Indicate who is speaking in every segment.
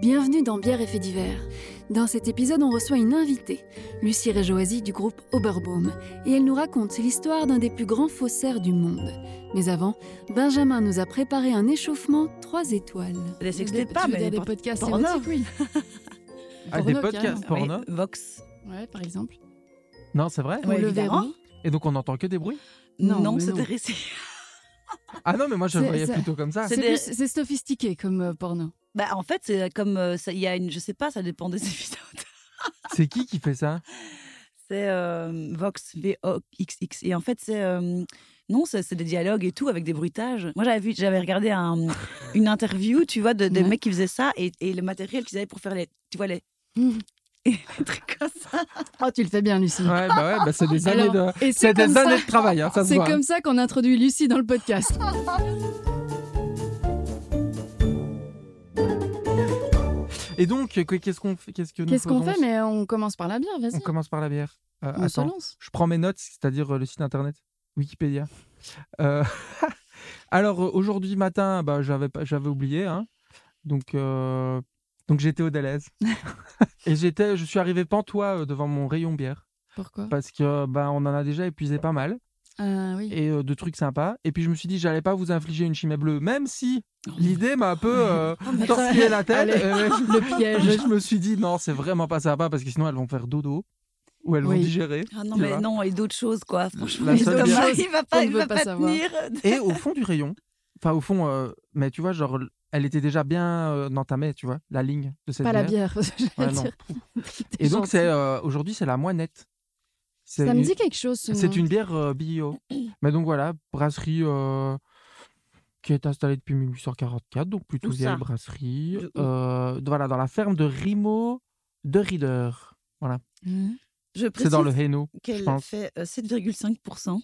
Speaker 1: Bienvenue dans Bière et Faits divers. Dans cet épisode, on reçoit une invitée, Lucie Réjoisi du groupe Oberbaum, et elle nous raconte l'histoire d'un des plus grands faussaires du monde. Mais avant, Benjamin nous a préparé un échauffement 3 étoiles.
Speaker 2: Des
Speaker 3: Tu veux
Speaker 2: sextapes,
Speaker 3: des- tu veux
Speaker 2: mais
Speaker 3: dire des
Speaker 2: par-
Speaker 3: podcasts
Speaker 2: porno.
Speaker 3: érotiques, oui.
Speaker 4: Ah, des
Speaker 3: Porno,
Speaker 4: podcasts
Speaker 3: carrément.
Speaker 4: porno
Speaker 2: Oui, Vox.
Speaker 3: Ouais, par exemple.
Speaker 4: Non, c'est vrai
Speaker 2: Ouais,
Speaker 3: Ou le
Speaker 2: évidemment.
Speaker 3: verrou.
Speaker 4: Et donc on n'entend que des bruits
Speaker 3: Non,
Speaker 2: Non,
Speaker 3: mais
Speaker 2: c'était
Speaker 3: non.
Speaker 2: récit.
Speaker 4: Ah non, mais moi je le
Speaker 3: C'est-
Speaker 4: voyais
Speaker 3: c'est-
Speaker 4: plutôt comme ça.
Speaker 2: C'est
Speaker 3: Ah, C'est plus-
Speaker 2: des-
Speaker 3: c'est sophistiqué comme euh, porno.
Speaker 2: Bah, en fait, c'est comme euh, ça- il y a une, je sais pas, ça dépend des épisodes.
Speaker 4: C'est qui qui fait ça
Speaker 2: C'est euh, Vox V O X X et en fait c'est euh, non, c'est c'est des dialogues et tout avec des bruitages. Moi, j'avais vu, j'avais regardé un, une interview, tu vois, de, des
Speaker 3: Ouais.
Speaker 2: mecs qui faisaient ça et, et le matériel qu'ils avaient pour faire les, tu vois les,
Speaker 3: Mhm.
Speaker 2: et les trucs comme ça.
Speaker 3: Oh, tu le fais bien, Lucie.
Speaker 4: Ouais, bah ouais, bah c'est des années
Speaker 3: Alors,
Speaker 4: de...
Speaker 3: Et
Speaker 4: C'est
Speaker 3: comme
Speaker 4: des
Speaker 3: ça-
Speaker 4: années de travail, hein, ça se
Speaker 3: C'est
Speaker 4: voit.
Speaker 3: comme ça qu'on introduit Lucie dans le podcast.
Speaker 4: Et donc, que- qu'est-ce qu'on fait Qu'est-ce que nous
Speaker 3: Qu'est-ce qu'on
Speaker 4: faisons
Speaker 3: fait Mais on commence par la bière,
Speaker 4: On
Speaker 3: vas-y.
Speaker 4: commence par la bière. Euh,
Speaker 3: On se
Speaker 4: attends,
Speaker 3: lance.
Speaker 4: je prends mes notes, c'est-à-dire euh, le site internet, Wikipédia. Euh, Alors euh, aujourd'hui matin, bah, j'avais pas- j'avais oublié, hein. donc euh, donc j'étais au Deleuze et j'étais, je suis arrivé pantois euh, devant mon rayon bière
Speaker 3: Pourquoi
Speaker 4: parce que bah, on en a déjà épuisé pas mal.
Speaker 3: Ah oui.
Speaker 4: et euh, de trucs sympas. Et puis je me suis dit, j'allais pas vous infliger une chimée bleue, même si
Speaker 3: Oh,
Speaker 4: l'idée m'a un peu euh, tortillé la tête.
Speaker 3: Allez.
Speaker 4: Et ouais, je-
Speaker 3: Le
Speaker 4: mais
Speaker 3: piège.
Speaker 4: je me suis dit, non, c'est vraiment pas sympa parce que sinon elles vont faire dodo ou elles
Speaker 3: Oui.
Speaker 4: vont digérer.
Speaker 2: Ah non
Speaker 4: Tu
Speaker 2: mais
Speaker 4: vois.
Speaker 2: non et d'autres choses quoi. Franchement,
Speaker 4: La
Speaker 2: il
Speaker 4: seule
Speaker 2: va
Speaker 4: bière-
Speaker 2: pas- il va
Speaker 3: qu'on
Speaker 2: pas,
Speaker 3: ne
Speaker 2: il
Speaker 3: veut
Speaker 2: va
Speaker 3: pas
Speaker 2: pas
Speaker 3: savoir.
Speaker 2: tenir.
Speaker 4: Et au fond du rayon, enfin au fond, euh, mais tu vois, genre elle était déjà bien euh, entamée, tu vois, la ligne de cette
Speaker 3: Pas la
Speaker 4: bière.
Speaker 3: bière.
Speaker 4: Ouais,
Speaker 3: j'allais
Speaker 4: non.
Speaker 3: dire. T'es
Speaker 4: Et donc
Speaker 3: gentil.
Speaker 4: c'est euh, aujourd'hui c'est la moinette. C'est
Speaker 3: Ça me
Speaker 4: une-
Speaker 3: dit quelque chose. ce nom.
Speaker 4: C'est une bière euh, bio. Mais donc voilà, brasserie euh, qui est installée depuis 1844, donc plutôt
Speaker 2: Où ça
Speaker 4: vieille brasserie.
Speaker 2: De où
Speaker 4: Euh, voilà, dans la ferme de Rimo de Rieder.
Speaker 3: Hein
Speaker 2: Je
Speaker 4: C'est
Speaker 2: précise
Speaker 4: dans le Hainaut.
Speaker 2: qu'elle
Speaker 4: pense.
Speaker 2: fait euh, 7,5%.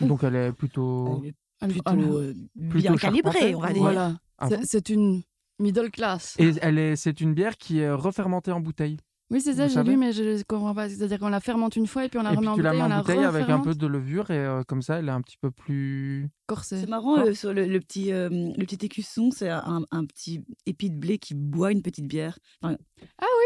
Speaker 4: Donc elle est plutôt.
Speaker 2: Elle est
Speaker 3: Ah,
Speaker 2: Plutôt,
Speaker 3: alors,
Speaker 2: euh, bien
Speaker 4: plutôt
Speaker 2: calibrée, on va dire.
Speaker 3: Voilà.
Speaker 4: Ah
Speaker 3: C'est-
Speaker 4: bon
Speaker 3: C'est une middle class.
Speaker 4: Et elle est, c'est une bière qui est refermentée en bouteille.
Speaker 3: Oui, c'est ça,
Speaker 4: Vous
Speaker 3: j'ai
Speaker 4: savez
Speaker 3: lu, mais je comprends pas. C'est-à-dire qu'on la fermente une fois et puis on la
Speaker 4: et
Speaker 3: remet
Speaker 4: puis
Speaker 3: en
Speaker 4: tu la
Speaker 3: bouteille,
Speaker 4: mets
Speaker 3: on
Speaker 4: en
Speaker 3: la
Speaker 4: bouteille avec un peu
Speaker 3: refermente.
Speaker 4: de levure et euh, comme ça elle est un petit peu plus.
Speaker 3: Corsé.
Speaker 2: C'est marrant,
Speaker 4: Oh.
Speaker 2: le, sur le, le petit, euh, le petit écusson, c'est un, un petit épi de blé qui boit une petite bière.
Speaker 3: Ah oui,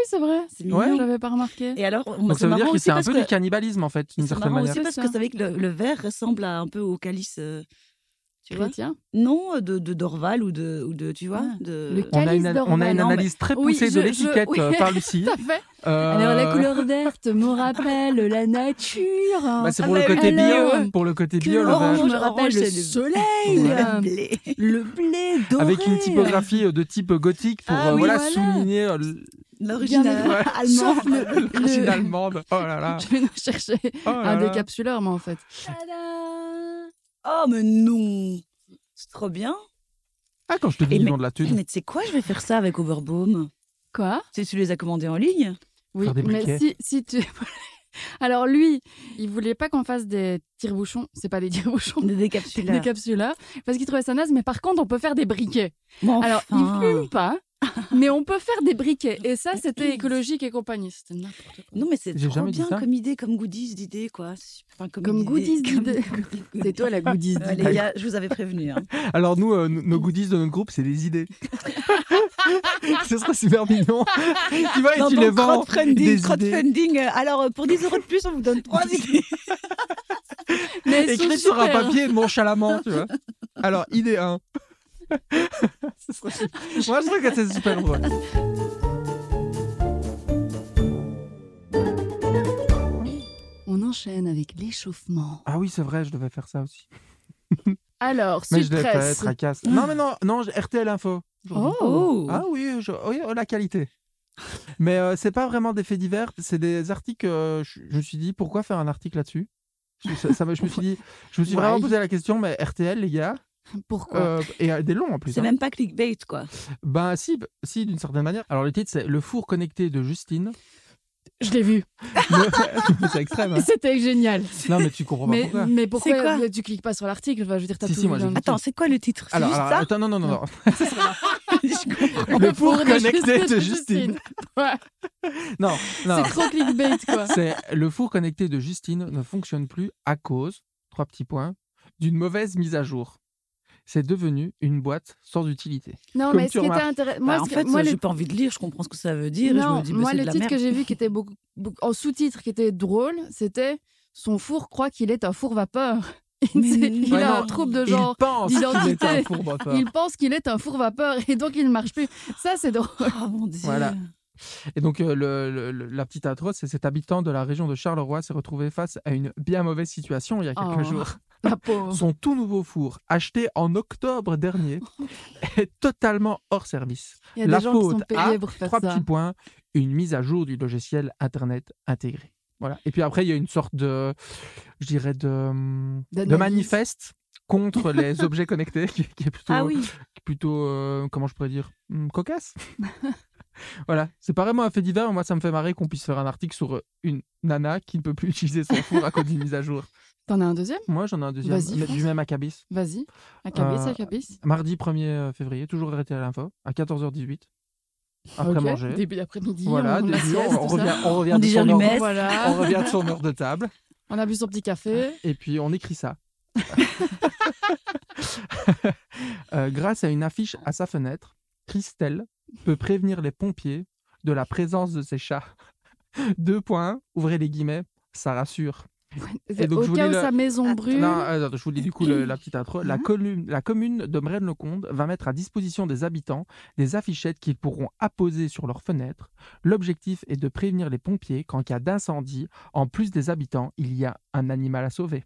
Speaker 3: c'est vrai.
Speaker 2: C'est
Speaker 4: Ouais.
Speaker 2: mignon.
Speaker 3: Je l'avais pas remarqué.
Speaker 2: Et alors, on-
Speaker 4: Donc
Speaker 2: c'est
Speaker 4: ça veut dire
Speaker 2: marrant
Speaker 4: que
Speaker 2: aussi
Speaker 4: c'est un
Speaker 2: parce
Speaker 4: peu
Speaker 2: que
Speaker 4: du cannibalisme en fait, d'une
Speaker 2: c'est
Speaker 4: certaine
Speaker 2: marrant
Speaker 4: manière.
Speaker 2: aussi parce
Speaker 3: C'est
Speaker 2: que
Speaker 3: ça.
Speaker 2: vous savez que le, le verre ressemble à, un peu au calice, euh, tu vois
Speaker 3: Chrétien.
Speaker 2: Non, de, de d'Orval ou de, ou de, tu vois
Speaker 3: Ah,
Speaker 2: de...
Speaker 3: le
Speaker 4: On a
Speaker 3: Calice
Speaker 4: une, on a
Speaker 3: d'Orval.
Speaker 4: une
Speaker 3: Non, mais-
Speaker 4: analyse très
Speaker 3: Oui,
Speaker 4: poussée
Speaker 3: je-
Speaker 4: de
Speaker 3: je-
Speaker 4: l'étiquette
Speaker 3: oui.
Speaker 4: euh, par Lucie.
Speaker 3: Tout à fait.
Speaker 4: Euh,
Speaker 3: Alors la couleur verte me rappelle la nature.
Speaker 4: Bah, c'est
Speaker 2: Ah
Speaker 4: pour,
Speaker 2: bah
Speaker 4: le côté
Speaker 3: oui.
Speaker 4: bio,
Speaker 3: Alors,
Speaker 4: pour le côté
Speaker 3: que
Speaker 4: bio, le
Speaker 3: l'orange
Speaker 4: verre.
Speaker 3: me rappelle le
Speaker 2: soleil,
Speaker 3: euh,
Speaker 2: le blé.
Speaker 3: le blé doré.
Speaker 4: Avec une typographie euh, de type gothique pour
Speaker 2: Ah
Speaker 4: euh,
Speaker 2: oui,
Speaker 4: voilà,
Speaker 3: voilà.
Speaker 4: souligner euh, l-
Speaker 2: l'origine
Speaker 3: Bien
Speaker 2: euh, allemande.
Speaker 3: Sauf le, le-
Speaker 4: l'origine allemande. Oh là là.
Speaker 3: Je vais nous chercher
Speaker 4: Oh là
Speaker 3: un
Speaker 4: là.
Speaker 3: décapsuleur, moi en fait.
Speaker 2: Oh, mais non C'est trop bien.
Speaker 4: Ah, quand je te dis
Speaker 2: Et
Speaker 4: ils
Speaker 2: mais-
Speaker 4: ont de la
Speaker 2: Eh,
Speaker 4: thune.
Speaker 2: Mais tu sais quoi, je vais faire ça avec Overbaum.
Speaker 3: Quoi
Speaker 2: Tu sais, tu les as commandés en ligne
Speaker 3: Oui,
Speaker 4: Faire des
Speaker 3: mais
Speaker 4: briquets.
Speaker 3: si, si tu. Alors lui, il voulait pas qu'on fasse des tire-bouchons. C'est pas des tire-bouchons.
Speaker 2: Des
Speaker 3: Des
Speaker 2: décapsuleurs.
Speaker 3: capsuleurs, parce qu'il trouvait ça naze, mais par contre, on peut faire des briquets.
Speaker 2: Bon,
Speaker 3: Alors,
Speaker 2: enfin.
Speaker 3: ils fument pas, mais on peut faire des briquets. Et ça, c'était écologique et compagnie. C'était n'importe quoi.
Speaker 2: Non, mais c'est
Speaker 4: J'ai
Speaker 2: trop
Speaker 4: jamais dit
Speaker 2: bien
Speaker 4: ça.
Speaker 2: comme idée, comme goodies d'idée, quoi. Enfin,
Speaker 3: Comme goodies
Speaker 2: comme-
Speaker 3: d'idée. C'est toi la goodies.
Speaker 2: Euh, les gars, je vous avais prévenu. hein.
Speaker 4: Alors, nous, euh, nos nos goodies de notre groupe, c'est les idées. Ce serait super mignon. tu vas et
Speaker 2: Dans
Speaker 4: tu
Speaker 2: ton
Speaker 4: les vends. des
Speaker 2: crowdfunding,
Speaker 4: idées. Oh.
Speaker 2: crowdfunding, euh, alors euh, pour 10 euros de plus, on vous donne 3 idées.
Speaker 3: Mais elles sont
Speaker 4: Écrit sur un
Speaker 3: super.
Speaker 4: papier nonchalamment, tu vois. Alors, idée 1. Ce serait super. Moi, je trouve que c'est super drôle.
Speaker 3: On enchaîne avec l'échauffement.
Speaker 4: Ah oui, c'est vrai, je devais faire ça aussi.
Speaker 3: Alors,
Speaker 4: Mais je devais pas
Speaker 3: Supresse.
Speaker 4: être à casse.
Speaker 2: Mm.
Speaker 4: Non, mais non, non, j'ai- RTL Info. aujourd'hui.
Speaker 3: Oh,
Speaker 4: Ah oui, je- oui, oh, la qualité. Mais euh, c'est pas vraiment des faits divers, c'est des articles. euh, je, je me suis dit pourquoi faire un article là-dessus. Je, ça- ça m'a- je me suis dit, je me suis vraiment
Speaker 3: Why
Speaker 4: posé la question, mais RTL les gars,
Speaker 3: pourquoi
Speaker 4: euh, et euh, des longs en plus.
Speaker 2: C'est
Speaker 4: hein.
Speaker 2: même pas clickbait, quoi.
Speaker 4: Ben si, b- si d'une certaine manière. Alors le titre c'est Le four connecté de Justine.
Speaker 3: Je l'ai vu.
Speaker 4: Le- c'est extrême. hein.
Speaker 3: C'était génial.
Speaker 4: Non mais tu comprends pas
Speaker 3: Mais,
Speaker 4: pourquoi.
Speaker 3: mais pourquoi
Speaker 2: C'est quoi
Speaker 3: tu cliques pas sur l'article Enfin, Je veux dire, t'as
Speaker 4: Si,
Speaker 3: tout
Speaker 4: si,
Speaker 3: vu
Speaker 4: moi, j'ai
Speaker 3: dans le-
Speaker 4: cliqué.
Speaker 2: Attends, c'est quoi le titre C'est
Speaker 4: Alors,
Speaker 2: juste
Speaker 4: alors,
Speaker 2: ça
Speaker 4: attends, non, non, non, non.
Speaker 2: Je comprends.
Speaker 4: Le four
Speaker 3: de
Speaker 4: connecté de
Speaker 3: Justine.
Speaker 4: Justine.
Speaker 3: Ouais,
Speaker 4: Non, non.
Speaker 3: c'est trop clickbait, quoi.
Speaker 4: C'est le four connecté de Justine ne fonctionne plus à cause, trois petits points, d'une mauvaise mise à jour. c'est devenu une boîte sans utilité.
Speaker 3: Non,
Speaker 4: Comme
Speaker 3: mais
Speaker 4: tu
Speaker 3: ce qui était
Speaker 4: remarques.
Speaker 3: intéressant.
Speaker 2: Bah,
Speaker 3: Moi,
Speaker 2: en
Speaker 3: ce que-
Speaker 2: fait,
Speaker 3: moi,
Speaker 2: j'ai
Speaker 3: le-
Speaker 2: pas envie de lire, je comprends ce que ça veut dire. et je
Speaker 3: non,
Speaker 2: me dis, bah,
Speaker 3: moi,
Speaker 2: c'est de
Speaker 3: le
Speaker 2: la
Speaker 3: titre
Speaker 2: merde.
Speaker 3: que j'ai vu qui était beaucoup, beaucoup- en sous-titre qui était drôle, c'était Son four croit qu'il est un four vapeur. Il,
Speaker 2: Mais
Speaker 3: s'est-
Speaker 2: non.
Speaker 3: il
Speaker 4: Ouais,
Speaker 3: a
Speaker 4: non,
Speaker 3: un trouble de
Speaker 4: il
Speaker 3: genre.
Speaker 4: pense qu'il est
Speaker 3: d'identité.
Speaker 4: un fourbeur.
Speaker 3: Il pense qu'il est un four vapeur et donc il ne marche plus. Ça, c'est drôle.
Speaker 2: Ah, mon Dieu.
Speaker 4: Voilà. Et donc, euh, le- le- le- la petite atroce, c'est cet habitant de la région de Charleroi s'est retrouvé face à une bien mauvaise situation il y a quelques
Speaker 3: Oh.
Speaker 4: jours.
Speaker 3: La pauvre.
Speaker 4: Son tout nouveau four, acheté en octobre dernier, est totalement hors service.
Speaker 3: Il y a
Speaker 4: La
Speaker 3: des gens qui sont
Speaker 4: faute à
Speaker 3: payés pour faire
Speaker 4: Trois
Speaker 3: ça.
Speaker 4: petits points, une mise à jour du logiciel Internet intégré. Voilà. Et puis après, il y a une sorte de, je dirais, de, de
Speaker 3: D'analyse.
Speaker 4: manifeste contre les objets connectés, qui, qui est plutôt,
Speaker 2: Ah oui.
Speaker 4: plutôt euh, comment je pourrais dire, hum, cocasse. voilà, c'est pas vraiment un fait divers, mais moi ça me fait marrer qu'on puisse faire un article sur euh, une nana qui ne peut plus utiliser son four à cause d'une mise à jour.
Speaker 3: T'en as un deuxième
Speaker 4: Moi j'en ai un deuxième,
Speaker 3: Vas-y,
Speaker 4: mais
Speaker 3: fonce.
Speaker 4: du même acabis.
Speaker 3: Vas-y. Acabis,
Speaker 4: Euh,
Speaker 3: acabis.
Speaker 4: Mardi 1er février, toujours arrêté à l'info, à 14h18, après
Speaker 3: Ok.
Speaker 4: manger.
Speaker 3: Début d'après-midi.
Speaker 4: Voilà,
Speaker 3: on,
Speaker 4: début,
Speaker 3: la sieste,
Speaker 4: on, on
Speaker 3: tout ça.
Speaker 4: revient, on revient
Speaker 2: On
Speaker 4: de
Speaker 2: digère
Speaker 4: son
Speaker 2: du
Speaker 4: heure-
Speaker 2: mess.
Speaker 3: Voilà.
Speaker 4: on revient de son heure de table.
Speaker 3: On a bu son petit café.
Speaker 4: Et puis on écrit ça. Euh, grâce à une affiche à sa fenêtre, Christelle peut prévenir les pompiers de la présence de ses chats. Deux points, ouvrez les guillemets, ça rassure. Et donc, je
Speaker 3: Au
Speaker 4: voulais
Speaker 3: cas où
Speaker 4: le-
Speaker 3: sa maison brûle.
Speaker 4: Non, euh, attends, je vous lis du coup le- la petite intro.
Speaker 3: Mm.
Speaker 4: La, commune, la commune de Braine-le-Comte va mettre à disposition des habitants des affichettes qu'ils pourront apposer sur leurs fenêtres. L'objectif est de prévenir les pompiers qu'en cas d'incendie, en plus des habitants, il y a un animal à sauver.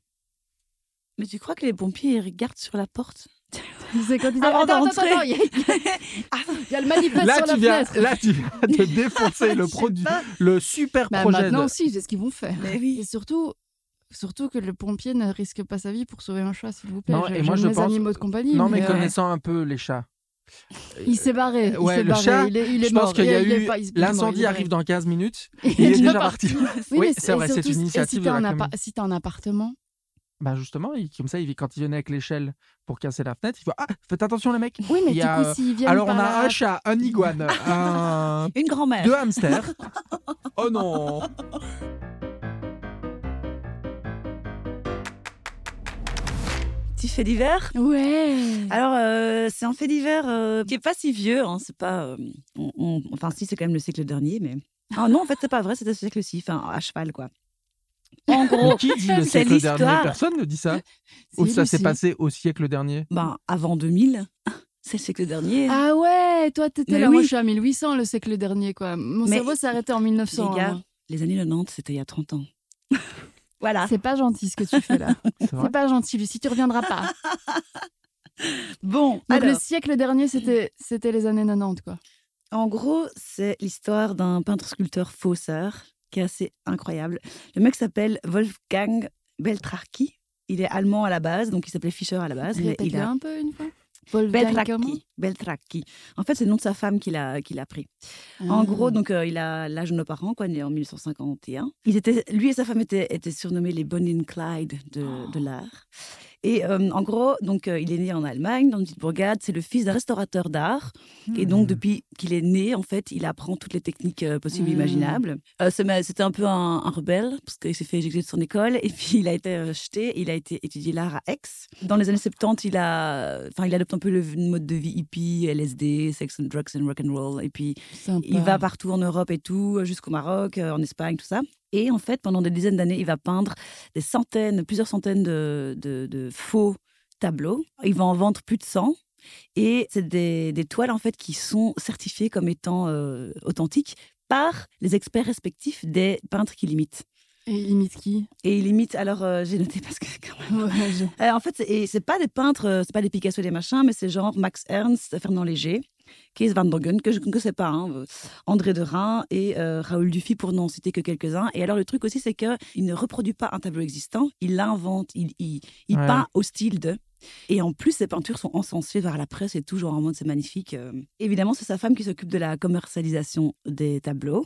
Speaker 2: Mais tu crois que les pompiers ils regardent sur la porte
Speaker 3: C'est quand ils
Speaker 4: Ah,
Speaker 3: disent,
Speaker 2: Avant de
Speaker 3: attends, attends,
Speaker 2: rentrer.
Speaker 3: attends, il y, a- il y a le manifeste
Speaker 4: Là
Speaker 3: sur la
Speaker 4: tu, viens,
Speaker 3: fenêtre.
Speaker 4: là, tu viens de défoncer le,
Speaker 2: Je sais
Speaker 4: produit,
Speaker 2: pas.
Speaker 4: le super
Speaker 3: Bah,
Speaker 4: projet.
Speaker 3: maintenant
Speaker 4: de-
Speaker 3: aussi, c'est ce qu'ils vont faire.
Speaker 2: Mais
Speaker 3: Et
Speaker 2: oui.
Speaker 3: surtout, surtout que le pompier ne risque pas sa vie pour sauver un chat, s'il vous plaît.
Speaker 4: Non,
Speaker 3: Je-
Speaker 4: et moi,
Speaker 3: j'aime
Speaker 4: je
Speaker 3: les
Speaker 4: pense-
Speaker 3: animaux de compagnie.
Speaker 4: Non, mais
Speaker 3: euh,
Speaker 4: connaissant un peu les chats.
Speaker 3: Il s'est barré. il
Speaker 4: Ouais,
Speaker 3: s'est
Speaker 4: le
Speaker 3: barré,
Speaker 4: chat,
Speaker 3: il est, il est
Speaker 4: je
Speaker 3: mort.
Speaker 4: pense qu'il y a
Speaker 3: il est
Speaker 4: eu.
Speaker 3: pas- il est mort, il est
Speaker 4: L'incendie
Speaker 3: barré.
Speaker 4: arrive dans 15 minutes.
Speaker 3: Il
Speaker 4: Il
Speaker 3: est déjà
Speaker 4: parti.
Speaker 3: Oui,
Speaker 4: Oui,
Speaker 3: mais
Speaker 4: c'est vrai,
Speaker 3: et
Speaker 4: c'est
Speaker 3: surtout,
Speaker 4: une
Speaker 3: et
Speaker 4: initiative
Speaker 3: Si
Speaker 4: de
Speaker 3: t'es
Speaker 4: la
Speaker 3: en appa-
Speaker 4: commune.
Speaker 3: si t'es en appartement,
Speaker 4: Bah justement, il- comme ça, il, quand il venait avec l'échelle pour casser la fenêtre, il voit Ah, faites attention les mecs
Speaker 3: oui, mais
Speaker 4: Il
Speaker 3: du
Speaker 4: y a,
Speaker 3: coup,
Speaker 4: euh,
Speaker 3: s'ils viennent
Speaker 4: Alors
Speaker 3: par
Speaker 4: on
Speaker 3: la-
Speaker 4: a un chat, un iguane, un.
Speaker 2: Une grand-mère.
Speaker 4: deux hamsters. oh non
Speaker 2: Petit fait divers.
Speaker 3: Ouais.
Speaker 4: Ah,
Speaker 2: Alors, euh, c'est un fait divers euh, qui est pas si vieux. hein, c'est pas. euh, on- on- enfin, si, c'est quand même le siècle dernier, mais. Ah non, en fait, c'est pas vrai. C'était le siècle-ci. Enfin, à cheval, quoi. En gros,
Speaker 4: Mais qui dit le
Speaker 2: c'est
Speaker 4: siècle
Speaker 2: l'histoire.
Speaker 4: dernier Personne ne dit ça. Ou
Speaker 3: C'est
Speaker 4: ça s'est
Speaker 3: Lucie.
Speaker 4: passé au siècle dernier
Speaker 2: ben, avant 2000, c'est le siècle dernier.
Speaker 3: Ah ouais, toi t'étais
Speaker 2: Mais
Speaker 3: là, moi
Speaker 2: oui.
Speaker 3: je suis à 1800 le siècle dernier quoi. Mon
Speaker 2: Mais-
Speaker 3: cerveau s'est arrêté en 1900.
Speaker 2: Les gars,
Speaker 3: hein.
Speaker 2: les années 90, c'était il y a 30 ans. voilà.
Speaker 3: C'est pas gentil ce que tu fais là.
Speaker 4: C'est vrai
Speaker 3: C'est pas gentil, Lucie, tu reviendras pas.
Speaker 2: Bon,
Speaker 3: Donc
Speaker 2: alors,
Speaker 3: le siècle dernier c'était c'était les années 90 quoi.
Speaker 2: en gros, c'est l'histoire d'un peintre-sculpteur fausseur qui est assez incroyable. Le mec s'appelle Wolfgang Beltraki. Il est allemand à la base, donc il s'appelait Fischer à la base. mais
Speaker 3: Répète
Speaker 2: il a
Speaker 3: un peu une fois. Paul
Speaker 2: Beltraki. Beltraki. En fait, c'est le nom de sa femme qu'il a, qu'il a pris.
Speaker 3: Ah.
Speaker 2: En gros, donc euh, il a l'âge de nos parents, quoi, né en 1951. Ils étaient, lui et sa femme étaient, étaient surnommés les Bonnie and Clyde de, de l'art. Et euh, en gros, donc euh, il est né en Allemagne, dans une petite bourgade. C'est le fils d'un restaurateur d'art.
Speaker 4: Mmh.
Speaker 2: Et donc depuis qu'il est né, en fait, il apprend toutes les techniques euh, possibles et
Speaker 3: Hmm.
Speaker 2: imaginables. Euh, c'est- mais C'était un peu un, un rebelle parce qu'il s'est fait éjecter de son école et puis il a été euh, jeté. Il a été étudié l'art à Aix. Dans les années 70, il a, enfin, il adopte un peu le mode de vie hippie, LSD, sex and drugs and rock and roll. Et puis il va partout en Europe et tout, jusqu'au Maroc, euh, en Espagne, tout ça. Et en fait, pendant des dizaines d'années, il va peindre des centaines, plusieurs centaines de, de- de faux tableaux. Il va en vendre plus de 100. Et c'est des, des toiles, en fait, qui sont certifiées comme étant euh, authentiques par les experts respectifs des peintres qu'il imite.
Speaker 3: Et il imite qui
Speaker 2: Et il imite, alors euh, j'ai noté parce que quand même...
Speaker 3: Ouais, je-
Speaker 2: Euh, en fait, c'est- et c'est pas des peintres, euh, c'est pas des Picasso et des machins, mais c'est genre Max Ernst, Fernand Léger, Kees van Dongen, que je ne sais pas, hein, euh, André Derain et euh, Raoul Dufy, pour n'en citer que quelques-uns. Et alors, le truc aussi, c'est qu'il ne reproduit pas un tableau existant, il l'invente, il, il, il
Speaker 4: Ouais.
Speaker 2: peint au style de. Et en plus, ses peintures sont encensées par la presse et tout, genre en mode c'est magnifique. euh. Évidemment, c'est sa femme qui s'occupe de la commercialisation des tableaux.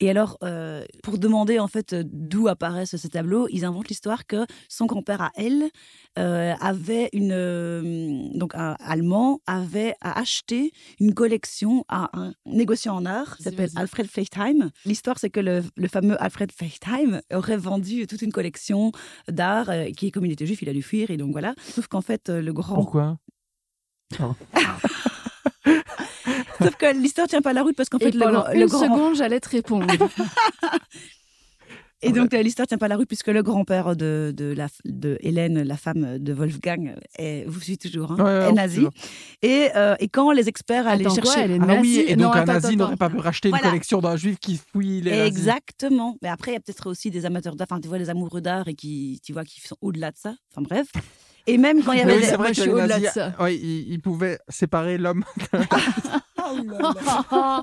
Speaker 2: Et alors, euh, pour demander en fait euh, d'où apparaissent ces tableaux, ils inventent l'histoire que son grand-père à elle euh, avait une euh, donc un allemand avait a acheté une collection à un négociant en art qui
Speaker 3: Vas-y,
Speaker 2: s'appelle
Speaker 3: vas-y.
Speaker 2: Alfred Flechtheim. L'histoire c'est que le, le fameux Alfred Flechtheim aurait vendu toute une collection d'art euh, qui comme il était juif il a dû fuir et donc voilà. Sauf qu'en fait euh, le grand
Speaker 4: Pourquoi
Speaker 2: Sauf que l'histoire tient pas la route parce qu'en fait,
Speaker 3: Et
Speaker 2: le,
Speaker 3: pendant
Speaker 2: grand-
Speaker 3: une
Speaker 2: le grand-
Speaker 3: seconde, j'allais te répondre.
Speaker 2: Et donc, euh, l'histoire tient pas la route puisque le grand-père de, de, la, de Hélène, la femme de Wolfgang, est, vous suivez toujours, hein,
Speaker 4: Ouais, ouais,
Speaker 2: est
Speaker 4: on
Speaker 2: nazi.
Speaker 4: suit
Speaker 2: Et, euh, et quand les experts allaient
Speaker 3: Attends, quoi,
Speaker 2: chercher.
Speaker 3: elle est
Speaker 4: Ah oui,
Speaker 3: nazie
Speaker 4: et donc
Speaker 3: Non,
Speaker 4: un
Speaker 3: attends,
Speaker 4: nazi
Speaker 3: attends,
Speaker 4: n'aurait pas pu racheter
Speaker 2: Voilà.
Speaker 4: une collection d'un juif qui fouille les nazis.
Speaker 2: Exactement. Mais après, il y a peut-être aussi des amateurs d'art, enfin, tu vois, les amoureux d'art et qui, tu vois, qui sont au-delà de ça. Enfin, bref. Et même quand il y
Speaker 4: Mais
Speaker 2: avait.
Speaker 4: oui,
Speaker 2: des-
Speaker 4: c'est vrai
Speaker 3: moi,
Speaker 4: que
Speaker 3: je suis
Speaker 4: les
Speaker 3: au-delà de
Speaker 4: nazis, ah
Speaker 3: ça.
Speaker 4: ouais, ils, ils pouvaient séparer l'homme. Ah,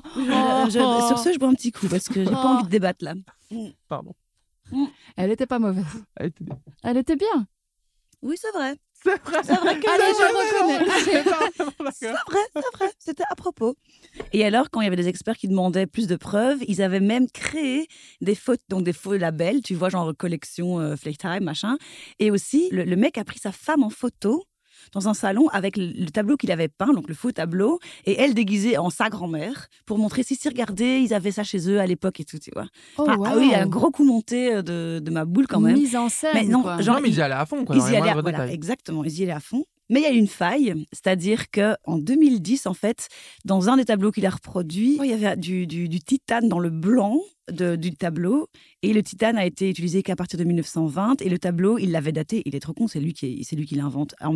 Speaker 2: Je- je- sur ce, je bois un petit coup parce que j'ai
Speaker 4: Oh.
Speaker 2: pas envie de débattre là.
Speaker 4: Pardon.
Speaker 3: Elle était pas mauvaise.
Speaker 4: Ah, étonnant.
Speaker 3: Elle était bien.
Speaker 2: Oui, c'est vrai.
Speaker 4: C'est vrai. Ah,
Speaker 2: C'est vrai que
Speaker 3: Allez,
Speaker 2: j'ai-
Speaker 3: je reconnais.
Speaker 2: C'est vrai, c'est vrai, c'était à propos. Et alors, quand il y avait des experts qui demandaient plus de preuves, ils avaient même créé des fautes, donc des faux labels, tu vois, genre collection euh, Flechtime, machin. Et aussi, le, le mec a pris sa femme en photo dans un salon avec le, le tableau qu'il avait peint, donc le faux tableau, et elle déguisée en sa grand-mère pour montrer si, si, regardez, ils avaient ça chez eux à l'époque et tout, tu vois.
Speaker 3: Oh,
Speaker 2: Enfin, Ah oui,
Speaker 3: wow.
Speaker 2: un gros coup monté euh, de, de ma boule quand même.
Speaker 3: Mise en scène.
Speaker 2: Mais non,
Speaker 3: quoi.
Speaker 2: genre,
Speaker 4: non, mais ils
Speaker 2: ils-
Speaker 4: y allaient à fond, quoi. dans
Speaker 2: Ils
Speaker 4: les
Speaker 2: y allaient,
Speaker 4: moindres
Speaker 2: voilà,
Speaker 4: détails.
Speaker 2: exactement, ils y allaient à fond. Mais il y a une faille, c'est-à-dire que en 2010, en fait, dans un des tableaux qu'il a reproduit, il y avait du, du- du titane dans le blanc de- du tableau, et le titane a été utilisé qu'à partir de 1920, et le tableau, il l'avait daté, il est trop con, c'est lui qui, c'est lui qui l'invente, en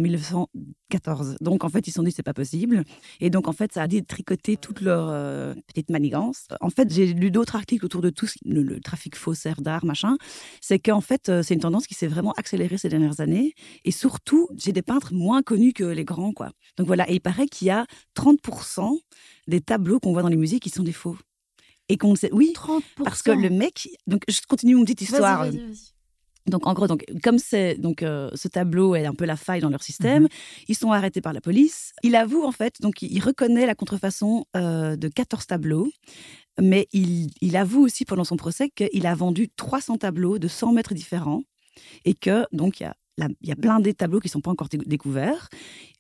Speaker 2: 1914. Donc en fait, ils se sont dit, c'est pas possible, et donc en fait, ça a détricoté toute leur euh, petite manigance. En fait, j'ai lu d'autres articles autour de tout ce- le, le trafic faussaire d'art, machin, c'est qu'en fait, euh, c'est une tendance qui s'est vraiment accélérée ces dernières années, et surtout, j'ai des peintres moins connus que les grands, quoi. Donc voilà, et il paraît qu'il y a 30% des tableaux qu'on voit dans les musées qui sont des faux. Et qu'on ne sait, oui,
Speaker 3: 30%.
Speaker 2: parce que le mec, donc je continue mon petite
Speaker 3: Vas-y,
Speaker 2: histoire.
Speaker 3: vas-y, vas-y.
Speaker 2: Donc en gros, donc comme c'est donc euh, ce tableau est un peu la faille dans leur système, ils sont arrêtés par la police. Il avoue en fait, donc il reconnaît la contrefaçon euh, de 14 tableaux, mais il, il avoue aussi pendant son procès qu'il a vendu 300 tableaux de 100 mètres différents et que donc il y a la- il y a plein des tableaux qui sont pas encore dé- découverts.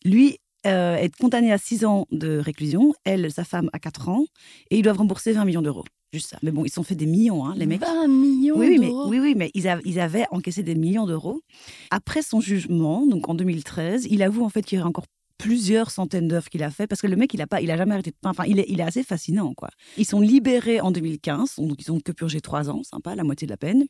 Speaker 2: Lui euh, est condamné à 6 ans de réclusion, elle, sa femme, à 4 ans, et ils doivent rembourser 20 millions d'euros. Juste ça. Mais bon, ils se sont fait des millions, hein, les mecs.
Speaker 3: 20 millions
Speaker 2: Oui, oui, mais,
Speaker 3: d'euros.
Speaker 2: oui, oui, mais ils, av- ils avaient encaissé des millions d'euros. Après son jugement, donc en 2013, il avoue en fait qu'il y aurait encore plusieurs centaines d'œuvres qu'il a fait parce que le mec il a pas il a jamais arrêté de peindre enfin il est, il est assez fascinant quoi ils sont libérés en 2015 donc ils ont que purgé trois ans sympa la moitié de la peine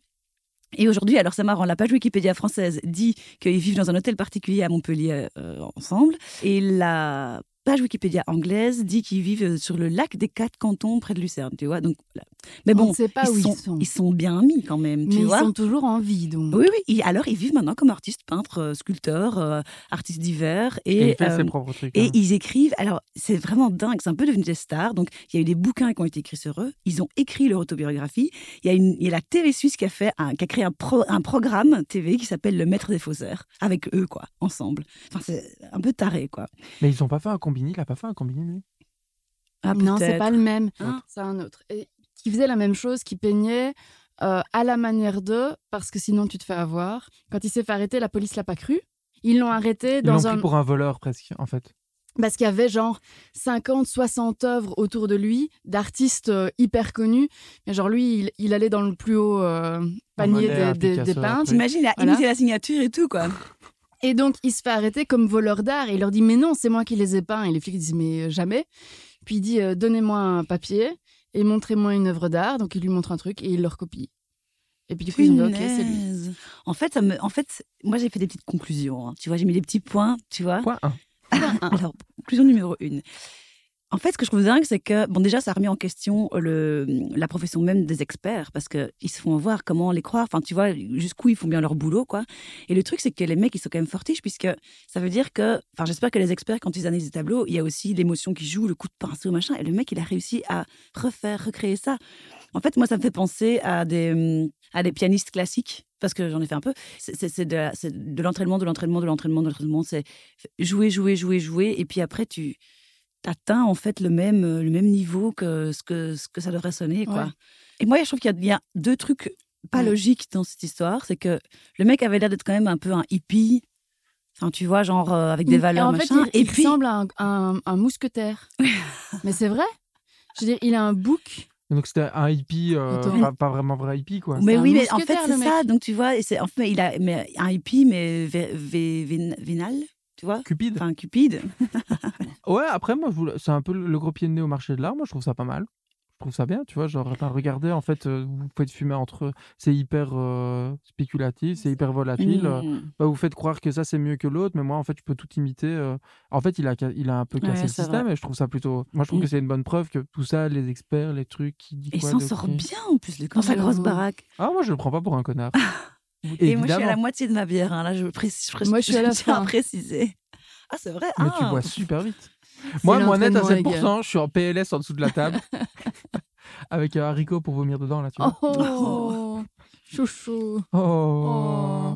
Speaker 2: et aujourd'hui alors c'est marrant la page Wikipédia française dit qu'ils vivent dans un hôtel particulier à Montpellier euh, ensemble et la page Wikipédia anglaise dit qu'ils vivent euh, sur le lac des quatre cantons près de Lucerne tu vois donc voilà. mais
Speaker 3: On
Speaker 2: bon
Speaker 3: ne sait pas
Speaker 2: ils,
Speaker 3: où
Speaker 2: sont, ils sont bien mis quand même,
Speaker 3: Mais
Speaker 2: tu
Speaker 3: ils
Speaker 2: vois.
Speaker 3: sont toujours en vie, donc.
Speaker 2: Oui, oui. et alors, ils vivent maintenant comme artistes, peintres, euh, sculpteurs, euh, artistes divers.
Speaker 4: Et
Speaker 2: Et,
Speaker 4: il fait
Speaker 2: euh,
Speaker 4: ses propres trucs.
Speaker 2: et
Speaker 4: hein.
Speaker 2: ils écrivent. Alors, c'est vraiment dingue. C'est un peu devenu des stars. Donc, il y a eu des bouquins qui ont été écrits sur eux. Ils ont écrit leur autobiographie. Il y a, une, il y a la TV suisse qui a, fait un- qui a créé un, pro- un programme TV qui s'appelle Le Maître des Faussaires. Avec eux, quoi, ensemble. Enfin, c'est un peu taré, quoi.
Speaker 4: Mais ils ont pas fait un combini, il a pas fait un combini, lui.
Speaker 2: Ah,
Speaker 3: non, c'est
Speaker 2: peut-être.
Speaker 3: pas le même.
Speaker 2: Hein
Speaker 3: c'est un autre. Et qui faisait la même chose, qui peignait euh, à la manière d'eux, parce que sinon tu te fais avoir. Quand il s'est fait arrêter, la police l'a pas cru. Ils l'ont arrêté
Speaker 4: Ils l'ont
Speaker 3: dans un.
Speaker 4: pris pour un voleur, presque, en fait.
Speaker 3: Parce qu'il y avait genre 50, 60 œuvres autour de lui, d'artistes euh, hyper connus. Mais genre lui, il, il allait dans le plus haut euh, panier
Speaker 4: Monet,
Speaker 3: des, des-
Speaker 4: Picasso,
Speaker 3: des peintres.
Speaker 4: oui.
Speaker 2: T'imagines, il a
Speaker 3: Voilà.
Speaker 2: imité la signature et tout, quoi.
Speaker 3: Et donc, il se fait arrêter comme voleur d'art. Et il leur dit, mais non, c'est moi qui les ai peints. Et les flics disent, mais euh, jamais. Puis il dit, euh, donnez-moi un papier et montrez-moi une œuvre d'art. Donc, il lui montre un truc et il le recopie. Et puis, du coup, ils ont dit, ok, c'est lui.
Speaker 2: Punaise. En fait, ça me, en fait, moi j'ai fait des petites conclusions. hein. Tu vois, j'ai mis des petits points. Tu vois.
Speaker 4: Quoi un
Speaker 2: Alors, conclusion numéro une. En fait, ce que je trouve dingue, c'est que, bon, déjà, ça remet en question euh, le, la profession même des experts, parce qu'ils se font voir comment les croire. Enfin, tu vois, jusqu'où ils font bien leur boulot, quoi. Et le truc, c'est que les mecs, ils sont quand même fortiches, puisque ça veut dire que, enfin, j'espère que les experts, quand ils analysent les tableaux, il y a aussi l'émotion qui joue, le coup de pinceau, machin. Et le mec, il a réussi à refaire, recréer ça. En fait, moi, ça me fait penser à des, hum, à des pianistes classiques, parce que j'en ai fait un peu. C'est- C'est c'est de la- c'est de l'entraînement, de l'entraînement, de l'entraînement, de l'entraînement. C'est jouer, jouer, jouer, jouer. Et puis après, tu atteins en fait le même, euh, le même niveau que ce que, ce que ça devrait sonner. Quoi.
Speaker 3: Ouais.
Speaker 2: Et moi, je trouve qu'il y, a- il y a deux trucs pas
Speaker 3: Ouais.
Speaker 2: logiques dans cette histoire. C'est que le mec avait l'air d'être quand même un peu un hippie. Enfin, tu vois, genre euh, avec des
Speaker 3: Et
Speaker 2: valeurs,
Speaker 3: en fait,
Speaker 2: machin.
Speaker 3: il,
Speaker 2: et
Speaker 3: il
Speaker 2: puis,
Speaker 3: ressemble à un, un- un mousquetaire. mais c'est vrai. Je veux dire, il a un bouc.
Speaker 4: Donc c'était un hippie, euh,
Speaker 3: Attends.
Speaker 4: pas, pas vraiment vrai hippie, quoi.
Speaker 2: mais
Speaker 3: un
Speaker 2: oui, mais en fait,
Speaker 3: mousquetaire, le
Speaker 2: c'est
Speaker 3: mec.
Speaker 2: ça. Donc, tu vois, et c'est- en fait, il a mais un hippie, mais vé- vé- vé- vénal. tu vois
Speaker 4: Cupide.
Speaker 2: Enfin, Cupide.
Speaker 4: Ouais, après, moi, je voulais- c'est un peu le le gros pied de nez au marché de l'art. Moi, je trouve ça pas mal. Je trouve ça bien, tu vois. Genre, enfin, regardez, en fait, euh, vous faites fumer entre eux. C'est hyper euh, spéculatif, c'est hyper volatile. euh,
Speaker 2: Mmh.
Speaker 4: bah, vous faites croire que ça, c'est mieux que l'autre, mais moi, en fait, je peux tout imiter. euh. En fait, il a, ca- il a un peu cassé
Speaker 2: Ouais,
Speaker 4: le
Speaker 2: c'est
Speaker 4: système et je trouve ça plutôt. Moi, je trouve
Speaker 2: Mm.
Speaker 4: que c'est une bonne preuve que tout ça, les experts, les trucs, qui dit
Speaker 2: Et
Speaker 4: quoi.
Speaker 2: s'en
Speaker 4: de
Speaker 2: sort
Speaker 4: qui.
Speaker 2: bien en plus, le- dans sa
Speaker 3: Ah,
Speaker 2: grosse
Speaker 3: oui.
Speaker 2: baraque.
Speaker 4: Ah, moi, je le prends pas pour un connard.
Speaker 2: Et moi, je suis à
Speaker 4: Évidemment.
Speaker 2: la moitié de ma bière. hein. Là, je précise. Je,
Speaker 3: Moi, je suis à la
Speaker 2: tiens
Speaker 3: fin.
Speaker 2: préciser. Ah, c'est vrai.
Speaker 4: Mais tu
Speaker 2: ah.
Speaker 4: bois super vite. Moi, moi net à
Speaker 3: l'entraînement, les gars.
Speaker 4: 7%, je suis en PLS en dessous de la table. Avec un haricot pour vomir dedans, là, tu vois.
Speaker 3: Oh, chouchou.
Speaker 4: Oh,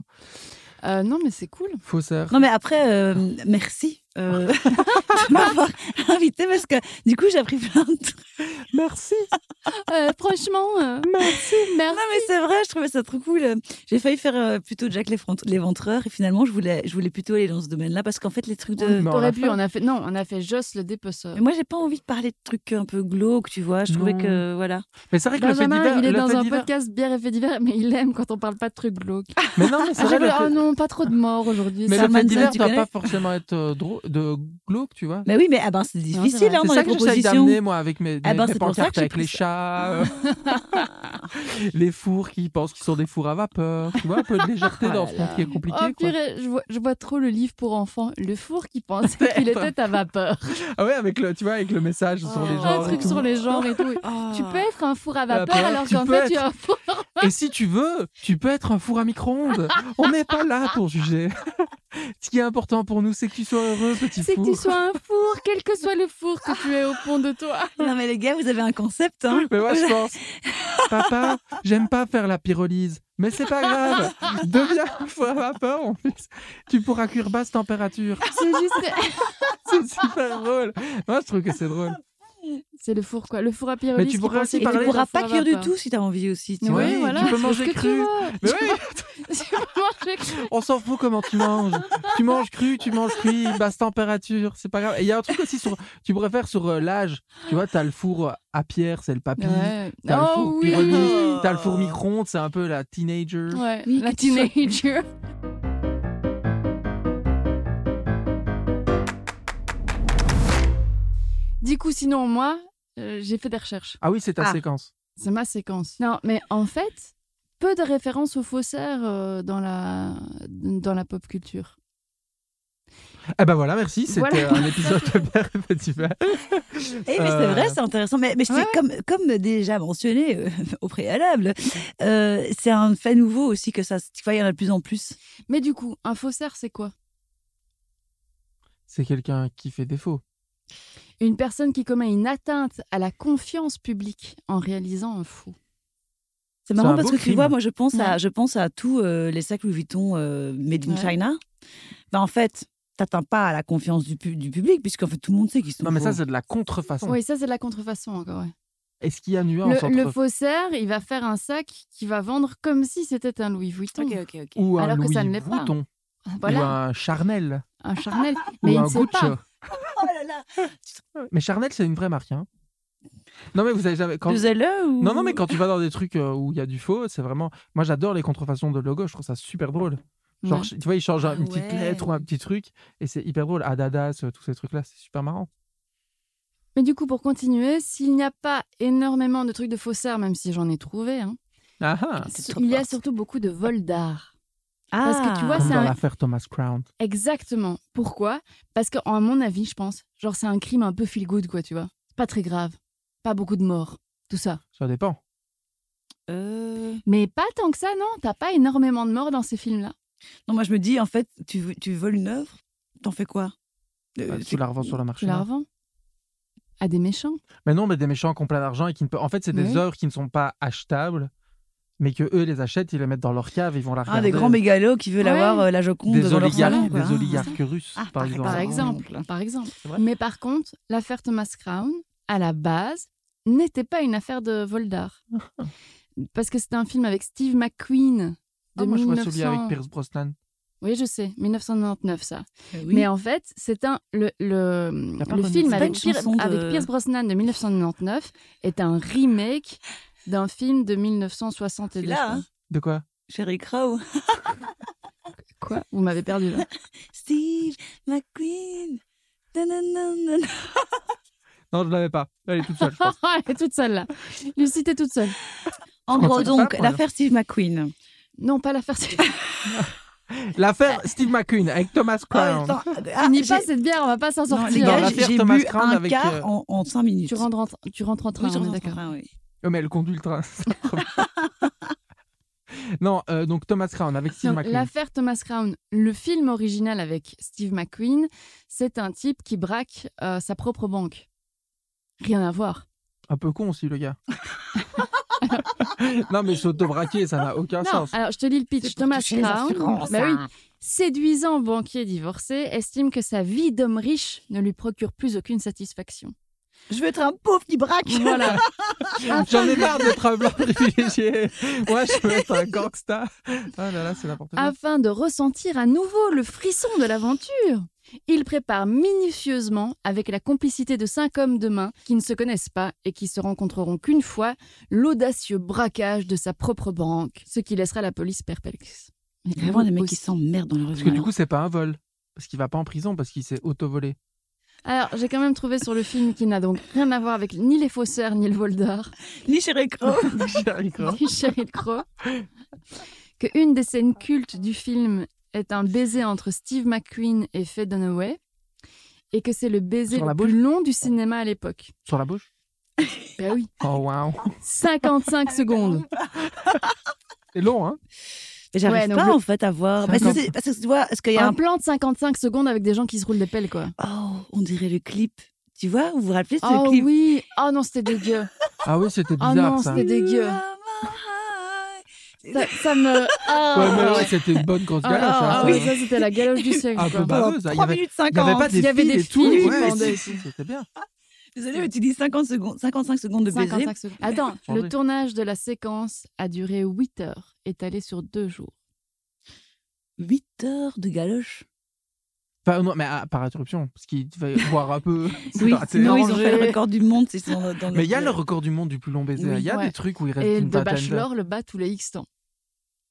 Speaker 3: Euh, non, mais c'est cool.
Speaker 4: faussaire.
Speaker 2: Non, mais après, euh, merci euh, de m'avoir invité parce que du coup, j'ai appris plein de trucs.
Speaker 4: Merci.
Speaker 3: Euh, franchement, euh, merci, merci.
Speaker 2: Non, mais c'est vrai, je trouvais ça trop cool. J'ai failli faire euh, plutôt Jack l'Éventre- l'éventreur et finalement, je voulais, je voulais plutôt aller dans ce domaine-là parce qu'en fait, les trucs de.
Speaker 4: Non, à la
Speaker 3: T'aurais pu,
Speaker 4: fin.
Speaker 3: on a fait, non, on a fait Joss le dépeceur.
Speaker 2: Mais moi, j'ai pas envie de parler de trucs un peu glauques, tu vois. Je trouvais
Speaker 4: Non.
Speaker 2: que, voilà.
Speaker 4: Mais c'est vrai que
Speaker 3: Benjamin,
Speaker 4: le fait divers,
Speaker 3: il est
Speaker 4: le
Speaker 3: dans
Speaker 4: fait
Speaker 3: un
Speaker 4: divers-
Speaker 3: podcast bière et fait divers, mais il aime quand on parle pas de trucs glauques.
Speaker 4: Mais non, mais c'est
Speaker 3: Ah,
Speaker 4: vrai,
Speaker 3: j'avoue,
Speaker 4: le
Speaker 3: oh
Speaker 4: fait-
Speaker 3: non, pas trop de morts aujourd'hui.
Speaker 4: mais
Speaker 3: ça
Speaker 4: le
Speaker 2: Manson,
Speaker 4: fait divers
Speaker 2: tu
Speaker 4: doit
Speaker 2: connais
Speaker 4: pas forcément être euh, drô- de glauque, tu vois.
Speaker 2: Mais oui, mais ah ben, c'est
Speaker 3: c'est
Speaker 2: difficile
Speaker 3: vrai.
Speaker 2: hein,
Speaker 4: C'est
Speaker 2: dans
Speaker 4: ça
Speaker 2: les
Speaker 4: que j'essaie
Speaker 2: propositions.
Speaker 4: d'amener, moi, avec mes,
Speaker 2: Ah
Speaker 4: mes-
Speaker 2: ben,
Speaker 4: mes
Speaker 2: c'est pour ça
Speaker 4: pancartes
Speaker 2: que j'ai
Speaker 4: avec
Speaker 2: pris
Speaker 4: les chats, euh, les fours qui pensent qu'ils sont des fours à vapeur. Tu vois, un peu de légèreté
Speaker 2: Oh
Speaker 4: dans
Speaker 2: là
Speaker 4: ce monde qui est
Speaker 3: Oh
Speaker 4: compliqué. quoi.
Speaker 3: purée, je vois, je vois trop le livre pour enfants, le four qui pensait qu'il était à vapeur.
Speaker 4: Ah ouais, avec le, tu vois, avec le message sur les
Speaker 2: Oh.
Speaker 4: gens.
Speaker 3: un truc
Speaker 4: et tout.
Speaker 3: sur les genres et tout.
Speaker 2: Ah.
Speaker 3: Tu peux être un four à
Speaker 4: Vapeur,
Speaker 3: vapeur alors
Speaker 4: tu
Speaker 3: qu'en
Speaker 4: peux
Speaker 3: fait
Speaker 4: être-
Speaker 3: tu es un four.
Speaker 4: Et si tu veux, tu peux être un four à micro-ondes. On n'est pas là pour juger. Ce qui est important pour nous, c'est que tu sois heureux, petit
Speaker 3: C'est que
Speaker 4: four.
Speaker 3: tu sois un four, quel que soit le four que tu aies au fond de toi.
Speaker 2: Non, mais les gars, vous avez un concept. Hein.
Speaker 4: Mais moi, je pense, papa, j'aime pas faire la pyrolyse, mais c'est pas grave. Deviens un four à vapeur, en plus. Tu pourras cuire basse température.
Speaker 3: C'est juste.
Speaker 4: C'est super drôle. Moi, je trouve que c'est drôle.
Speaker 3: C'est le four quoi, le four à pyrolyse.
Speaker 4: Mais tu
Speaker 3: qui
Speaker 4: pourrais
Speaker 3: pensait
Speaker 4: aussi
Speaker 2: Et
Speaker 3: qu'il
Speaker 2: tu
Speaker 4: parler
Speaker 3: était un
Speaker 2: pourras
Speaker 3: four
Speaker 2: pas
Speaker 3: à
Speaker 2: cuire du
Speaker 3: vapeur.
Speaker 2: tout si t'as envie aussi. Tu
Speaker 3: Oui,
Speaker 2: vois.
Speaker 4: Ouais,
Speaker 3: voilà.
Speaker 4: tu peux
Speaker 3: c'est
Speaker 4: manger
Speaker 3: ce que tu
Speaker 4: cru.
Speaker 3: veux.
Speaker 4: Mais
Speaker 3: Tu
Speaker 4: oui,
Speaker 3: peux- tu peux manger cru.
Speaker 4: on s'en fout comment tu manges. Tu manges cru, tu manges cuit, basse température, c'est pas grave. Et il y a un truc aussi sur, tu pourrais faire sur euh, l'âge. Tu vois, t'as le four à pierre, c'est le papy.
Speaker 3: Ouais.
Speaker 4: T'as le four
Speaker 3: Oh oui.
Speaker 4: pyrolyse, T'as le four micro-ondes, c'est un peu la teenager.
Speaker 3: Euh. Ouais,
Speaker 2: Oui,
Speaker 3: la
Speaker 2: que tu sois-
Speaker 3: teenager. Du coup, sinon, moi, euh, j'ai fait des recherches.
Speaker 4: Ah oui, c'est ta
Speaker 2: Ah.
Speaker 4: séquence.
Speaker 3: C'est ma séquence. Non, mais en fait, peu de références aux faussaires euh, dans, la, dans la pop culture.
Speaker 4: Eh ben voilà, merci. C'était
Speaker 3: Voilà.
Speaker 4: un épisode de Père et Petit Père.
Speaker 2: Eh, mais c'est
Speaker 4: Euh,
Speaker 2: vrai, c'est intéressant. Mais, mais c'est
Speaker 3: ouais.
Speaker 2: comme, comme déjà mentionné euh, au préalable, euh, c'est un fait nouveau aussi que ça. Tu vois, il y en a de plus en plus.
Speaker 3: Mais du coup, un faussaire, c'est quoi
Speaker 4: C'est quelqu'un qui fait défaut.
Speaker 3: Une personne qui commet une atteinte à la confiance publique en réalisant un faux.
Speaker 2: C'est
Speaker 4: C'est
Speaker 2: marrant
Speaker 4: un
Speaker 2: parce
Speaker 4: beau
Speaker 2: que tu
Speaker 4: crime.
Speaker 2: vois, moi je pense à,
Speaker 3: Ouais.
Speaker 2: je pense à tous euh, les sacs Louis Vuitton euh, made in
Speaker 3: Ouais.
Speaker 2: China. Ben, en fait, t'atteins pas à la confiance du, pu- du public puisqu'en fait tout le monde sait qu'ils sont.
Speaker 4: Non, mais ça,
Speaker 2: faux.
Speaker 4: c'est de la contrefaçon.
Speaker 3: Oui, ça, c'est de la contrefaçon encore. ouais.
Speaker 4: Est-ce qu'il y a nuance
Speaker 3: Le,
Speaker 4: entre
Speaker 3: le faussaire, il va faire un sac qui va vendre comme si c'était un Louis Vuitton.
Speaker 2: Ok, ok, ok.
Speaker 4: ou un
Speaker 3: alors que
Speaker 4: Louis
Speaker 3: ça ne l'est pas.
Speaker 4: Vuitton, ou
Speaker 3: Voilà,
Speaker 4: un Charnel,
Speaker 3: un charnel. Mais
Speaker 4: ou
Speaker 3: il
Speaker 4: un
Speaker 3: ne sait
Speaker 4: Gucci.
Speaker 3: pas.
Speaker 2: Oh là là.
Speaker 4: Mais Charnel, c'est une vraie marque. Hein. Non, mais vous avez jamais. Quand...
Speaker 2: Faisais-le ou.
Speaker 4: Non, non, mais quand tu vas dans des trucs euh, où il y a du faux, c'est vraiment. Moi, j'adore les contrefaçons de logo, je trouve ça super drôle. Genre,
Speaker 3: Ouais.
Speaker 4: tu vois, ils changent
Speaker 2: Ah
Speaker 4: une petite
Speaker 2: ouais.
Speaker 4: lettre ou un petit truc, et c'est hyper drôle. Adadas, euh, tous ces trucs-là, c'est super marrant.
Speaker 3: Mais du coup, pour continuer, s'il n'y a pas énormément de trucs de faussaires, même si j'en ai trouvé, hein,
Speaker 4: Ah ah
Speaker 2: C'est
Speaker 3: s-
Speaker 2: trop
Speaker 3: il y a
Speaker 2: fort.
Speaker 3: surtout beaucoup de vols d'art.
Speaker 2: Ah.
Speaker 3: parce que tu vois,
Speaker 4: Comme
Speaker 3: c'est
Speaker 4: dans
Speaker 3: un-
Speaker 4: l'affaire Thomas Crown.
Speaker 3: Exactement. Pourquoi Parce que, à mon avis, je pense, genre, c'est un crime un peu feel good, quoi, tu vois. C'est Pas très grave. Pas beaucoup de morts. Tout ça.
Speaker 4: Ça dépend.
Speaker 2: Euh,
Speaker 3: Mais pas tant que ça, non. T'as pas énormément de morts dans ces films-là.
Speaker 2: Non, moi je me dis en fait, tu, tu voles une œuvre, t'en fais quoi Euh,
Speaker 4: Bah,
Speaker 2: c'est-
Speaker 4: tu la revends sur le marché.
Speaker 3: Tu la
Speaker 4: noir.
Speaker 3: revends à des méchants.
Speaker 4: Mais non, mais des méchants qui ont plein d'argent et qui ne peuvent. En fait, c'est des
Speaker 3: Oui.
Speaker 4: œuvres qui ne sont pas achetables, mais que eux les achètent, ils les mettent dans leur cave, ils vont la
Speaker 2: Ah,
Speaker 4: regarder.
Speaker 2: des grands mégalos qui veulent
Speaker 3: Ouais.
Speaker 2: avoir euh, la Joconde
Speaker 4: des
Speaker 2: dans leur salon.
Speaker 4: oligarques,
Speaker 2: quoi.
Speaker 4: des oligarques russes,
Speaker 2: Ah,
Speaker 4: par
Speaker 2: par
Speaker 4: exemple.
Speaker 3: Par
Speaker 2: Ouais.
Speaker 3: exemple, par exemple.
Speaker 4: C'est vrai.
Speaker 3: Mais par contre, l'affaire Thomas Crown, à la base, n'était pas une affaire de vol d'art. Parce que c'était un film avec Steve McQueen de
Speaker 4: Ah, moi, je vois
Speaker 3: 1900...
Speaker 4: celui avec Pierce Brosnan.
Speaker 3: Oui, je sais, 1999 ça.
Speaker 2: Euh, oui.
Speaker 3: Mais en fait, c'est un le le,
Speaker 4: T'as pas
Speaker 3: le
Speaker 4: reconnu-
Speaker 3: film
Speaker 2: C'est pas
Speaker 3: avec,
Speaker 2: une
Speaker 3: Pier-
Speaker 2: chanson de-
Speaker 3: avec Pierce Brosnan de 1999 est un remake d'un film de 1962.
Speaker 2: Celui-là,
Speaker 3: je crois.
Speaker 2: hein.
Speaker 4: De quoi
Speaker 2: Sheryl Crow.
Speaker 3: hein. Quoi Vous m'avez perdu là.
Speaker 2: Steve McQueen. Nananana.
Speaker 4: Non, je l'avais pas. Elle est toute seule, je pense.
Speaker 3: Oh, Elle est toute seule là. Lucie, t'es toute seule.
Speaker 2: En
Speaker 4: Comment
Speaker 2: gros,
Speaker 4: ça
Speaker 2: donc,
Speaker 4: s'appelle,
Speaker 2: l'affaire Steve McQueen.
Speaker 3: Non, pas l'affaire. c'est-
Speaker 4: L'affaire Steve McQueen avec Thomas Crown.
Speaker 2: Ah, attends, ah,
Speaker 3: Finis
Speaker 2: j'ai-
Speaker 3: pas cette bière, on va pas s'en
Speaker 2: Non, les
Speaker 3: sortir.
Speaker 4: Dans
Speaker 2: gars,
Speaker 4: l'affaire
Speaker 2: j'ai
Speaker 4: Thomas
Speaker 2: bu un
Speaker 4: Crown avec,
Speaker 2: quart
Speaker 4: euh,
Speaker 2: en, en 5 minutes.
Speaker 3: tu rentres en, tra- tu rentres en train,
Speaker 2: Oui, je
Speaker 3: on est
Speaker 2: rentre en
Speaker 3: d'accord.
Speaker 2: train, oui.
Speaker 4: Euh, mais elle conduit le train. c'est un problème. non, euh, donc Thomas Crown avec Steve
Speaker 3: Donc,
Speaker 4: McQueen.
Speaker 3: L'affaire Thomas Crown, le film original avec Steve McQueen, c'est un type qui braque euh, sa propre banque. Rien à voir.
Speaker 4: Un peu con aussi, le gars. non, mais s'auto-braquer, ça n'a aucun
Speaker 3: Non,
Speaker 4: sens.
Speaker 3: alors je te lis le pitch.
Speaker 2: C'est pour
Speaker 3: Thomas
Speaker 2: toucher les
Speaker 3: Crown,
Speaker 2: assurances,
Speaker 3: bah oui,
Speaker 2: hein.
Speaker 3: séduisant banquier divorcé, estime que sa vie d'homme riche ne lui procure plus aucune satisfaction.
Speaker 2: Je veux être un pauvre qui braque.
Speaker 3: Voilà.
Speaker 4: J'en ai marre d'être un blanc privilégié. Moi, je peux être un gangsta. Ah là là, c'est n'importe quoi.
Speaker 3: Afin de ressentir à nouveau le frisson de l'aventure, il prépare minutieusement, avec la complicité de cinq hommes de main qui ne se connaissent pas et qui se rencontreront qu'une fois, l'audacieux braquage de sa propre banque, ce qui laissera la police perplexe.
Speaker 2: Il y a vraiment des mecs
Speaker 3: Aussi.
Speaker 2: qui s'emmerdent dans leur
Speaker 4: Parce
Speaker 2: vie. hein.
Speaker 4: que du coup, c'est pas un vol. Parce qu'il va pas en prison parce qu'il s'est auto-volé.
Speaker 3: Alors, j'ai quand même trouvé sur le film qui n'a donc rien à voir avec ni les faussaires ni le vol d'art.
Speaker 2: Ni chez Recro.
Speaker 3: Ni Sheryl Crow. que une des scènes cultes du film est un baiser entre Steve McQueen et Faye Dunaway, et que c'est le baiser
Speaker 4: Sur
Speaker 3: le
Speaker 4: la
Speaker 3: plus long du cinéma à l'époque.
Speaker 4: Sur la bouche
Speaker 3: Ben oui,
Speaker 4: Oh, waouh.
Speaker 3: 55 secondes.
Speaker 4: C'est long, hein
Speaker 2: Mais J'arrive
Speaker 3: Ouais, donc
Speaker 2: pas
Speaker 3: le-
Speaker 2: en fait à voir. Mais
Speaker 4: Cinquante.
Speaker 2: c'est- parce que tu vois, est-ce qu'il y a
Speaker 3: Un
Speaker 2: un...
Speaker 3: plan de 55 secondes avec des gens qui se roulent des pelles, quoi.
Speaker 2: Oh, on dirait le clip. Tu vois, vous vous rappelez ce
Speaker 3: Oh
Speaker 2: clip
Speaker 3: oui, oh non, c'était dégueu.
Speaker 4: Ah oui, c'était
Speaker 3: Oh
Speaker 4: bizarre,
Speaker 3: non,
Speaker 4: ça.
Speaker 3: c'était dégueu. Ça, ça me.
Speaker 4: Ouais, mais
Speaker 3: Ah
Speaker 4: ouais, c'était une bonne grosse
Speaker 3: Ah,
Speaker 4: galoche. hein,
Speaker 3: ah,
Speaker 4: ça.
Speaker 3: oui, ça c'était la galoche du siècle.
Speaker 4: Un peu
Speaker 3: quoi.
Speaker 4: baveuse. hein. Il y
Speaker 2: 3
Speaker 4: avait,
Speaker 2: minutes
Speaker 4: il y avait
Speaker 2: 50.
Speaker 4: pas des
Speaker 3: Il y avait
Speaker 4: filles
Speaker 3: des
Speaker 4: et tout.
Speaker 3: filles,
Speaker 4: Ouais,
Speaker 3: bandes.
Speaker 4: si, si, C'était bien.
Speaker 2: Désolée, mais tu dis 50 secondes, 55 secondes de baiser.
Speaker 3: 55 secondes. Attends,
Speaker 4: Changé.
Speaker 3: le tournage de la séquence a duré 8 heures, étalé sur deux jours.
Speaker 2: 8 heures de galoche.
Speaker 4: Enfin, non, mais ah, par interruption, parce qu'il va voir un peu. c'est
Speaker 2: Oui,
Speaker 4: pas- Ah, c'est-
Speaker 3: non,
Speaker 2: sinon ils ont fait
Speaker 3: j'ai-
Speaker 2: le record du monde. c'est- c'est dans- dans
Speaker 4: Mais il y a le record du monde du plus long baiser. Il
Speaker 2: Oui,
Speaker 4: y a
Speaker 3: ouais.
Speaker 4: des trucs où il reste
Speaker 3: Et
Speaker 4: une
Speaker 3: de
Speaker 4: vingtaine d'heures.
Speaker 3: Bachelor le bat tous les X temps.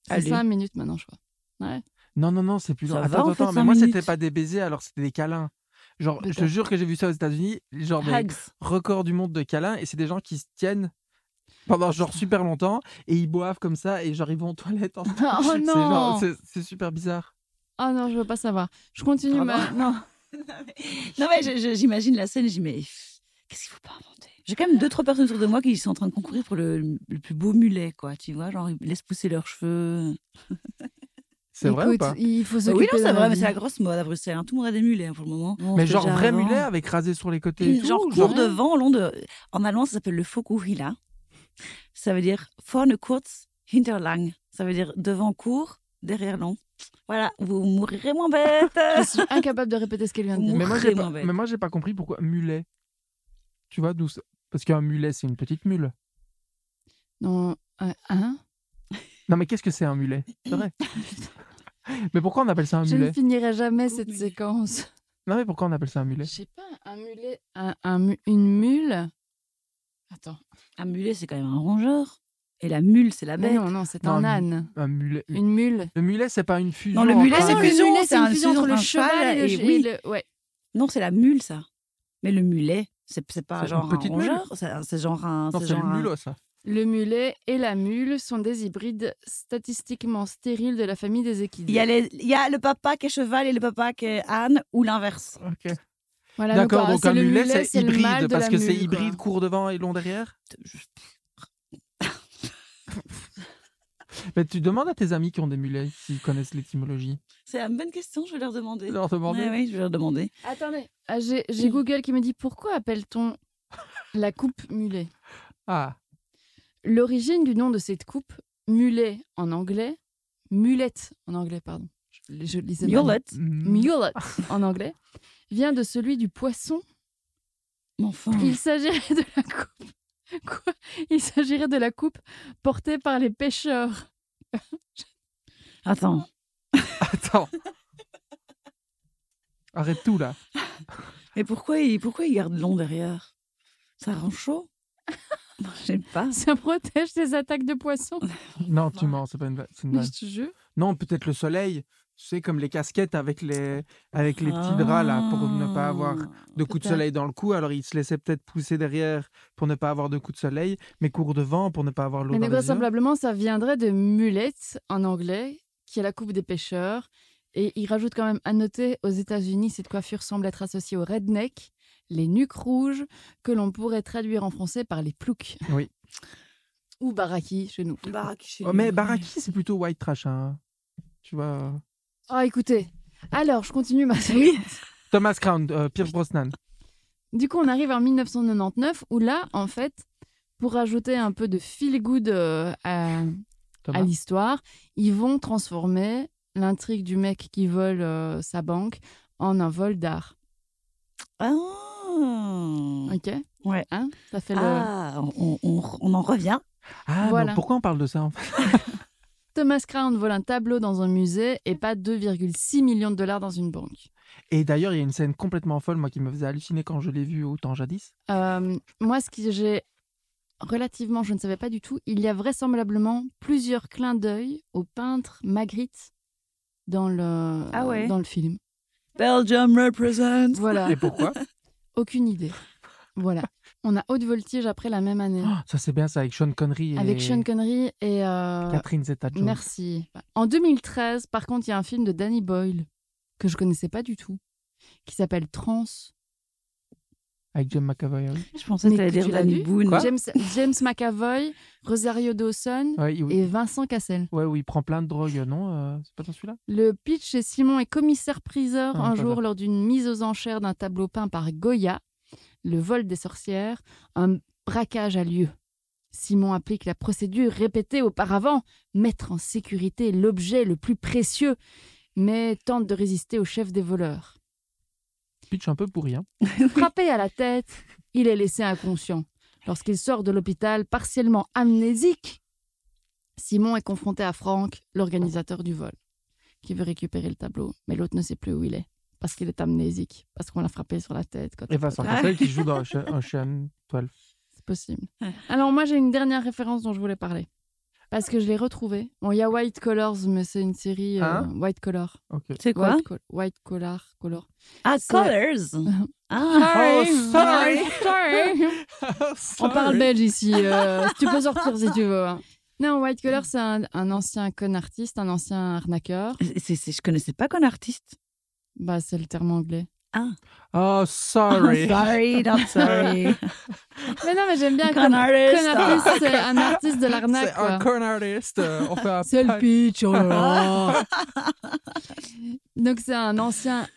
Speaker 3: C'est
Speaker 2: Allez.
Speaker 3: 5 minutes maintenant, je crois.
Speaker 4: Non, non, non, c'est plus long.
Speaker 2: Ça va,
Speaker 4: Attends,
Speaker 2: on fait
Speaker 4: attends, mais
Speaker 2: cinq
Speaker 4: moi, c'était
Speaker 2: minutes.
Speaker 4: pas des baisers, alors c'était des câlins. Genre, je te
Speaker 3: Peut-être.
Speaker 4: jure que j'ai vu ça aux États-Unis, genre des
Speaker 2: Hugs.
Speaker 4: records du monde de câlins, et c'est des gens qui se tiennent pendant genre super longtemps, et ils boivent comme ça, et genre ils vont aux toilettes. en-
Speaker 3: Oh
Speaker 4: C'est genre-
Speaker 3: non
Speaker 4: C'est c'est super bizarre.
Speaker 3: Oh non, je veux pas savoir. Je continue
Speaker 2: Pardon
Speaker 3: ma... Non.
Speaker 2: Non, mais je- je- j'imagine la scène, je dis, mais pff, qu'est-ce qu'il faut pas inventer J'ai quand même deux, trois personnes autour de moi qui sont en train de concourir pour le, le plus beau mulet, quoi. Tu vois, genre, ils laissent pousser leurs cheveux.
Speaker 4: C'est vrai ou
Speaker 3: Écoute,
Speaker 4: pas
Speaker 3: il faut
Speaker 2: Bah
Speaker 3: s'occuper
Speaker 2: oui, non, c'est
Speaker 3: de la
Speaker 2: vrai, mais
Speaker 3: vie.
Speaker 2: c'est la grosse mode à Bruxelles. hein. Tout le monde a des mulets hein, pour le moment.
Speaker 4: Mais genre vrai mulet avec rasé sur les côtés. et
Speaker 2: Genre,
Speaker 4: tout,
Speaker 2: genre court devant, long de. En allemand, ça s'appelle le Fokuhila. Ça veut dire vorne kurz, hinter lang. Ça veut dire devant court, derrière long. Voilà, vous mourrez moins bête.
Speaker 3: Je suis incapable de répéter ce qu'elle vient de dire.
Speaker 4: Mais moi, j'ai
Speaker 2: Très
Speaker 4: pas,
Speaker 2: mauvais.
Speaker 4: mais moi, j'ai pas compris pourquoi mulet. Tu vois, d'où ça- Parce qu'un mulet, c'est une petite mule.
Speaker 3: Non, euh, hein
Speaker 4: Non, mais qu'est-ce que c'est un mulet C'est vrai. mais pourquoi on appelle ça un
Speaker 3: Je ne
Speaker 4: mulet
Speaker 3: finirai jamais
Speaker 2: Oh,
Speaker 3: cette
Speaker 2: mais-
Speaker 3: séquence.
Speaker 4: Non, mais pourquoi on appelle ça un
Speaker 3: Je
Speaker 4: mulet
Speaker 3: sais pas, un mulet... un- un mu- une mule Attends.
Speaker 2: Un mulet, c'est quand même un rongeur. Et la mule, c'est la
Speaker 3: Mais
Speaker 2: bête.
Speaker 3: non, non, c'est
Speaker 4: Non,
Speaker 3: un
Speaker 4: mais-
Speaker 3: âne.
Speaker 4: Un mulet.
Speaker 3: Une mule.
Speaker 4: Le mulet, c'est pas une fusion.
Speaker 2: Non, le mulet,
Speaker 4: entre-
Speaker 2: Ah c'est non,
Speaker 3: le
Speaker 2: fusion,
Speaker 3: mulet,
Speaker 2: c'est
Speaker 3: c'est
Speaker 2: un
Speaker 3: une fusion
Speaker 2: fusion
Speaker 3: entre le
Speaker 2: entre un
Speaker 3: cheval et, le,
Speaker 2: cheval et- oui.
Speaker 3: et le- Ouais.
Speaker 2: Non, c'est la mule, ça. Mais le mulet, c'est c'est pas
Speaker 4: C'est
Speaker 2: genre
Speaker 4: une
Speaker 2: un
Speaker 4: petite mule.
Speaker 2: rongeur. C'est c'est genre un. c'est
Speaker 4: Non, c'est
Speaker 2: genre
Speaker 4: le
Speaker 2: un-
Speaker 4: mulot, ça.
Speaker 3: Le mulet et la mule sont des hybrides statistiquement stériles de la famille des
Speaker 2: Il y, a
Speaker 3: équidés.
Speaker 2: les- il y a le papa qui est cheval et le papa qui est âne ou l'inverse.
Speaker 4: Ok.
Speaker 3: Voilà,
Speaker 4: D'accord,
Speaker 3: euh,
Speaker 4: donc
Speaker 3: c'est
Speaker 4: un
Speaker 3: le
Speaker 4: mulet, c'est
Speaker 3: le mâle
Speaker 4: hybride,
Speaker 3: de
Speaker 4: parce
Speaker 3: la
Speaker 4: que c'est
Speaker 3: mule, quoi.
Speaker 4: hybride, court devant et long derrière. Mais tu demandes à tes amis qui ont des mulets s'ils connaissent l'étymologie.
Speaker 2: C'est une bonne question, je vais leur demander.
Speaker 4: Leur demander.
Speaker 2: Ouais, ouais, je vais leur demander.
Speaker 3: Attendez, ah, j'ai j'ai Google qui me dit pourquoi appelle-t-on la coupe mulet
Speaker 4: Ah,
Speaker 3: L'origine du nom de cette coupe, mulet en anglais, mulette en anglais, pardon. Je, je lisais mal.
Speaker 2: Mulette.
Speaker 4: mm,
Speaker 3: Mulette en anglais vient de celui du poisson.
Speaker 2: Mais enfin.
Speaker 3: Il s'agirait de la coupe. Quoi Il s'agirait de la coupe portée par les pêcheurs.
Speaker 2: Attends.
Speaker 4: attends. Arrête tout là.
Speaker 2: Mais pourquoi il, pourquoi il garde long derrière Ça rend chaud Non, J'aime pas.
Speaker 3: Ça protège des attaques de poissons.
Speaker 4: Non, tu mens, c'est pas une va- c'est une
Speaker 3: Mais
Speaker 4: vanne.
Speaker 3: je te jure.
Speaker 4: Non, peut-être le soleil. Tu sais, comme les casquettes avec les, avec les petits
Speaker 2: Ah.
Speaker 4: draps là, pour ne pas avoir de coups de
Speaker 2: Peut-être.
Speaker 4: soleil dans le cou. Alors, il se laissait peut-être pousser derrière pour ne pas avoir de coups de soleil, mais court devant pour ne pas avoir l'eau
Speaker 3: Mais
Speaker 4: dans
Speaker 3: donc,
Speaker 4: les yeux.
Speaker 3: vraisemblablement, ça viendrait de mullet en anglais, qui est la coupe des pêcheurs. Et il rajoute quand même à noter aux États-Unis, cette coiffure semble être associée au redneck, les nuques rouges, que l'on pourrait traduire en français par les ploucs.
Speaker 4: Oui.
Speaker 3: Ou baraki chez nous.
Speaker 2: Ah.
Speaker 4: Oh, mais Baraki, c'est plutôt white trash. hein. Tu vois.
Speaker 3: Ah, écoutez. Alors, je continue ma série.
Speaker 4: Thomas Crown, euh, Pierce Brosnan.
Speaker 3: Du coup, on arrive en 1999 où là, en fait, pour ajouter un peu de feel good euh, à,
Speaker 4: Thomas.
Speaker 3: à l'histoire, ils vont transformer l'intrigue du mec qui vole euh, sa banque en un vol d'art.
Speaker 2: Ah.
Speaker 3: Ok
Speaker 2: Ouais.
Speaker 3: Hein Ça fait le.
Speaker 2: Ah, on, on- on en revient.
Speaker 4: Ah, mais
Speaker 3: Voilà.
Speaker 4: pourquoi on parle de ça en fait
Speaker 3: Thomas Crown vole un tableau dans un musée et pas 2,6 millions de dollars dans une banque.
Speaker 4: Et d'ailleurs, il y a une scène complètement folle, moi, qui me faisait halluciner quand je l'ai vue autant jadis.
Speaker 3: Euh, moi, ce que j'ai relativement, je ne savais pas du tout, il y a vraisemblablement plusieurs clins d'œil au peintre Magritte dans le,
Speaker 2: Ah ouais.
Speaker 3: dans le film.
Speaker 2: Belgium represent.
Speaker 3: Voilà,
Speaker 4: Et pourquoi
Speaker 3: aucune idée. Voilà. On a Haute Voltige après la même année,
Speaker 4: Oh, Ça, c'est bien ça, avec Sean Connery et
Speaker 3: avec Sean Connery et... euh,
Speaker 4: Catherine Zeta-Jones.
Speaker 3: Merci. En 2013, par contre, il y a un film de Danny Boyle que je connaissais pas du tout, qui s'appelle Trans.
Speaker 4: Avec Jim McAvoy. hein. oui.
Speaker 2: Je pensais que
Speaker 3: Mais
Speaker 2: t'allais
Speaker 3: tu
Speaker 2: dire
Speaker 3: l'as
Speaker 2: Danny
Speaker 3: vu
Speaker 2: Boone.
Speaker 4: Quoi
Speaker 3: James, James McAvoy, Rosario Dawson
Speaker 4: Ouais, il-
Speaker 3: et Vincent Cassel.
Speaker 4: Ouais, où il prend plein de drogues, non euh, C'est pas dans celui-là
Speaker 3: Le pitch est Simon est commissaire-priseur
Speaker 4: Ah,
Speaker 3: un
Speaker 4: pas
Speaker 3: jour
Speaker 4: mal.
Speaker 3: lors d'une mise aux enchères d'un tableau peint par Goya, le vol des sorcières, un braquage a lieu. Simon applique la procédure répétée auparavant, mettre en sécurité l'objet le plus précieux, mais tente de résister au chef des voleurs.
Speaker 4: Pitch un peu pourri. Hein.
Speaker 3: Frappé à la tête, il est laissé inconscient. Lorsqu'il sort de l'hôpital partiellement amnésique, Simon est confronté à Franck, l'organisateur du vol, qui veut récupérer le tableau, mais l'autre ne sait plus où il est, parce qu'il est amnésique, parce qu'on l'a frappé sur la tête. quand-
Speaker 4: Et Vincent
Speaker 2: Ah.
Speaker 4: Cassel qui joue dans Ocean, Ocean 12.
Speaker 3: C'est possible. Alors moi, j'ai une dernière référence dont je voulais parler, parce que je l'ai retrouvée. Bon, il y a White Colors, mais c'est une série euh,
Speaker 4: Hein
Speaker 3: White Collar.
Speaker 4: Ok.
Speaker 2: C'est quoi
Speaker 3: White, Col- White Collar, Color.
Speaker 2: Ah,
Speaker 3: c'est-
Speaker 2: Colors. Ah.
Speaker 4: Oh, sorry.
Speaker 3: sorry.
Speaker 4: Oh,
Speaker 3: On
Speaker 4: Ah,
Speaker 3: parle belge ici. euh, tu peux sortir si tu veux. hein. Non, White Collar, c'est un, un ancien con artiste, un ancien arnaqueur.
Speaker 2: C'est- c'est- je connaissais pas qu'un artiste.
Speaker 3: Bah, c'est le terme anglais.
Speaker 4: Oh, sorry.
Speaker 2: sorry, not sorry.
Speaker 3: Mais non, mais j'aime bien
Speaker 2: Ah, Con
Speaker 3: con
Speaker 2: artist.
Speaker 3: con artiste, c'est un artiste de l'arnaque.
Speaker 4: C'est un
Speaker 3: quoi.
Speaker 4: con artist. euh, On fait un
Speaker 3: C'est le
Speaker 4: pa-
Speaker 3: pitch. oh là là. donc, c'est un ancien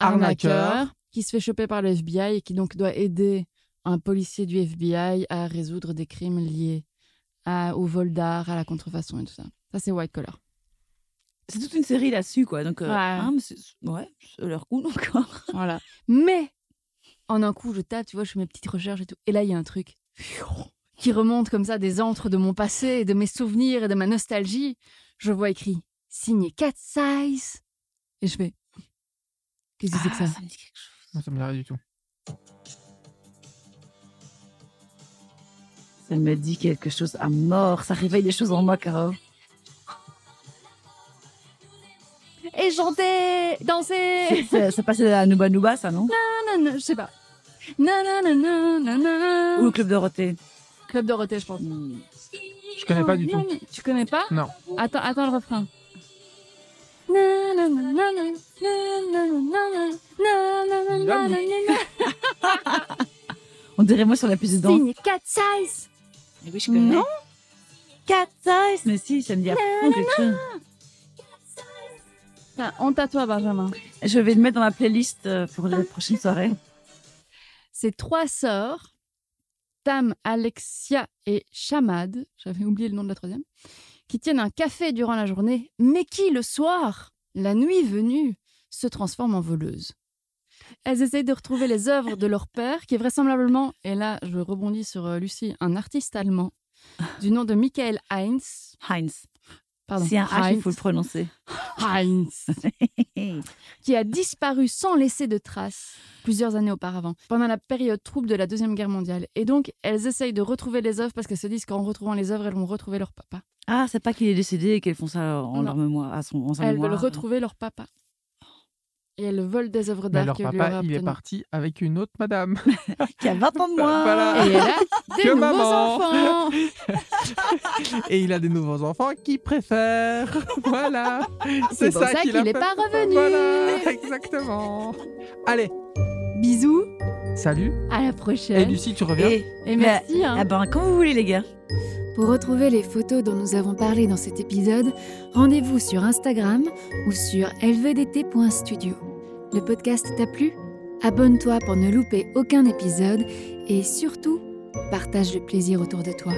Speaker 3: arnaqueur,
Speaker 4: Arnaqueur.
Speaker 3: qui se fait choper par le FBI et qui donc doit aider un policier du FBI à résoudre des crimes liés à- au vol d'art, à la contrefaçon et tout ça. Ça, c'est White Collar.
Speaker 2: C'est toute une série là-dessus, quoi. Donc, euh,
Speaker 3: Ouais.
Speaker 2: hein, mais c'est- ouais, ça a l'air cool encore.
Speaker 3: Voilà. Mais en un coup, je tape, tu vois, je fais mes petites recherches et tout. Et là, il y a un truc qui remonte comme ça des antres de mon passé, et de mes souvenirs et de ma nostalgie. Je vois écrit signé Cat Size. Et je fais Qu'est-ce que c'est que ça
Speaker 2: Ah, me dit quelque chose.
Speaker 4: Non, Ça me dit rien du tout.
Speaker 2: Ça me dit quelque chose à mort. Ça réveille des choses en moi, Caro.
Speaker 3: Et chanter,
Speaker 2: C'est-
Speaker 3: danser
Speaker 2: c'est- Ça passait à Nuba Nuba, ça, non
Speaker 3: Nanana, Je sais pas. Nanana, nanana.
Speaker 2: Ou le Club Dorothée
Speaker 3: Club Dorothée, je pense.
Speaker 2: Hmm.
Speaker 4: Je connais pas du tout.
Speaker 3: Tu connais pas
Speaker 4: Non.
Speaker 3: Attends, attends le refrain. Nanana, nanana, nanana, nanana,
Speaker 4: Yum.
Speaker 3: nanana.
Speaker 2: On dirait moi sur la piste de danse.
Speaker 3: Signe Cat Size.
Speaker 2: Mais oui, je
Speaker 3: connais.
Speaker 2: Non Cat Size Mais si, ça me dit à fond quelque chose.
Speaker 3: Tiens, honte à toi, Benjamin.
Speaker 2: Je vais le mettre dans ma playlist euh, pour la prochaine soirée.
Speaker 3: Ces trois sœurs, Tam, Alexia et Chamad, j'avais oublié le nom de la troisième, qui tiennent un café durant la journée, mais qui, le soir, la nuit venue, se transforment en voleuses. Elles essayent de retrouver les œuvres de leur père, qui est vraisemblablement, et là je rebondis sur euh, Lucie, un artiste allemand du nom de Michael Heinz.
Speaker 2: Heinz.
Speaker 3: Pardon,
Speaker 2: C'est un H, il faut le
Speaker 3: Heinz.
Speaker 2: prononcer.
Speaker 3: Heinz. qui a disparu sans laisser de traces plusieurs années auparavant, pendant la période trouble de la Deuxième Guerre mondiale. Et donc, elles essayent de retrouver les œuvres parce qu'elles se disent qu'en retrouvant les œuvres, elles vont retrouver leur papa.
Speaker 2: Ah, c'est pas qu'il est décédé et qu'elles font ça en
Speaker 5: Non.
Speaker 2: leur mémoire, à son, en sa
Speaker 5: Elles
Speaker 2: mémoire.
Speaker 5: veulent retrouver leur papa. Et elles volent des œuvres d'art
Speaker 4: Mais leur
Speaker 5: que lui
Speaker 4: papa,
Speaker 5: aura
Speaker 4: il est
Speaker 5: obtenues.
Speaker 4: parti avec une autre madame.
Speaker 2: Qui a 20 ans de moins.
Speaker 4: Voilà.
Speaker 5: Et elle a des
Speaker 4: Que
Speaker 5: nouveaux
Speaker 4: maman.
Speaker 5: enfants
Speaker 4: Et il a des nouveaux enfants qui préfèrent. Voilà.
Speaker 5: C'est pour ça
Speaker 4: qui
Speaker 5: qu'il
Speaker 4: l'a
Speaker 5: n'est
Speaker 4: fait-
Speaker 5: pas revenu
Speaker 4: Voilà, exactement. Allez,
Speaker 5: Bisous,
Speaker 4: salut.
Speaker 5: à la
Speaker 4: Et
Speaker 5: prochaine Et,
Speaker 4: Lucie, tu reviens
Speaker 2: Et-
Speaker 5: merci hein.
Speaker 2: Ah Eh, ben, quand vous voulez, les gars.
Speaker 3: Pour retrouver les photos dont nous avons parlé dans cet épisode, rendez-vous sur Instagram ou sur lvdt.studio. Le podcast t'a plu Abonne-toi pour ne louper aucun épisode et surtout, partage le plaisir autour de toi.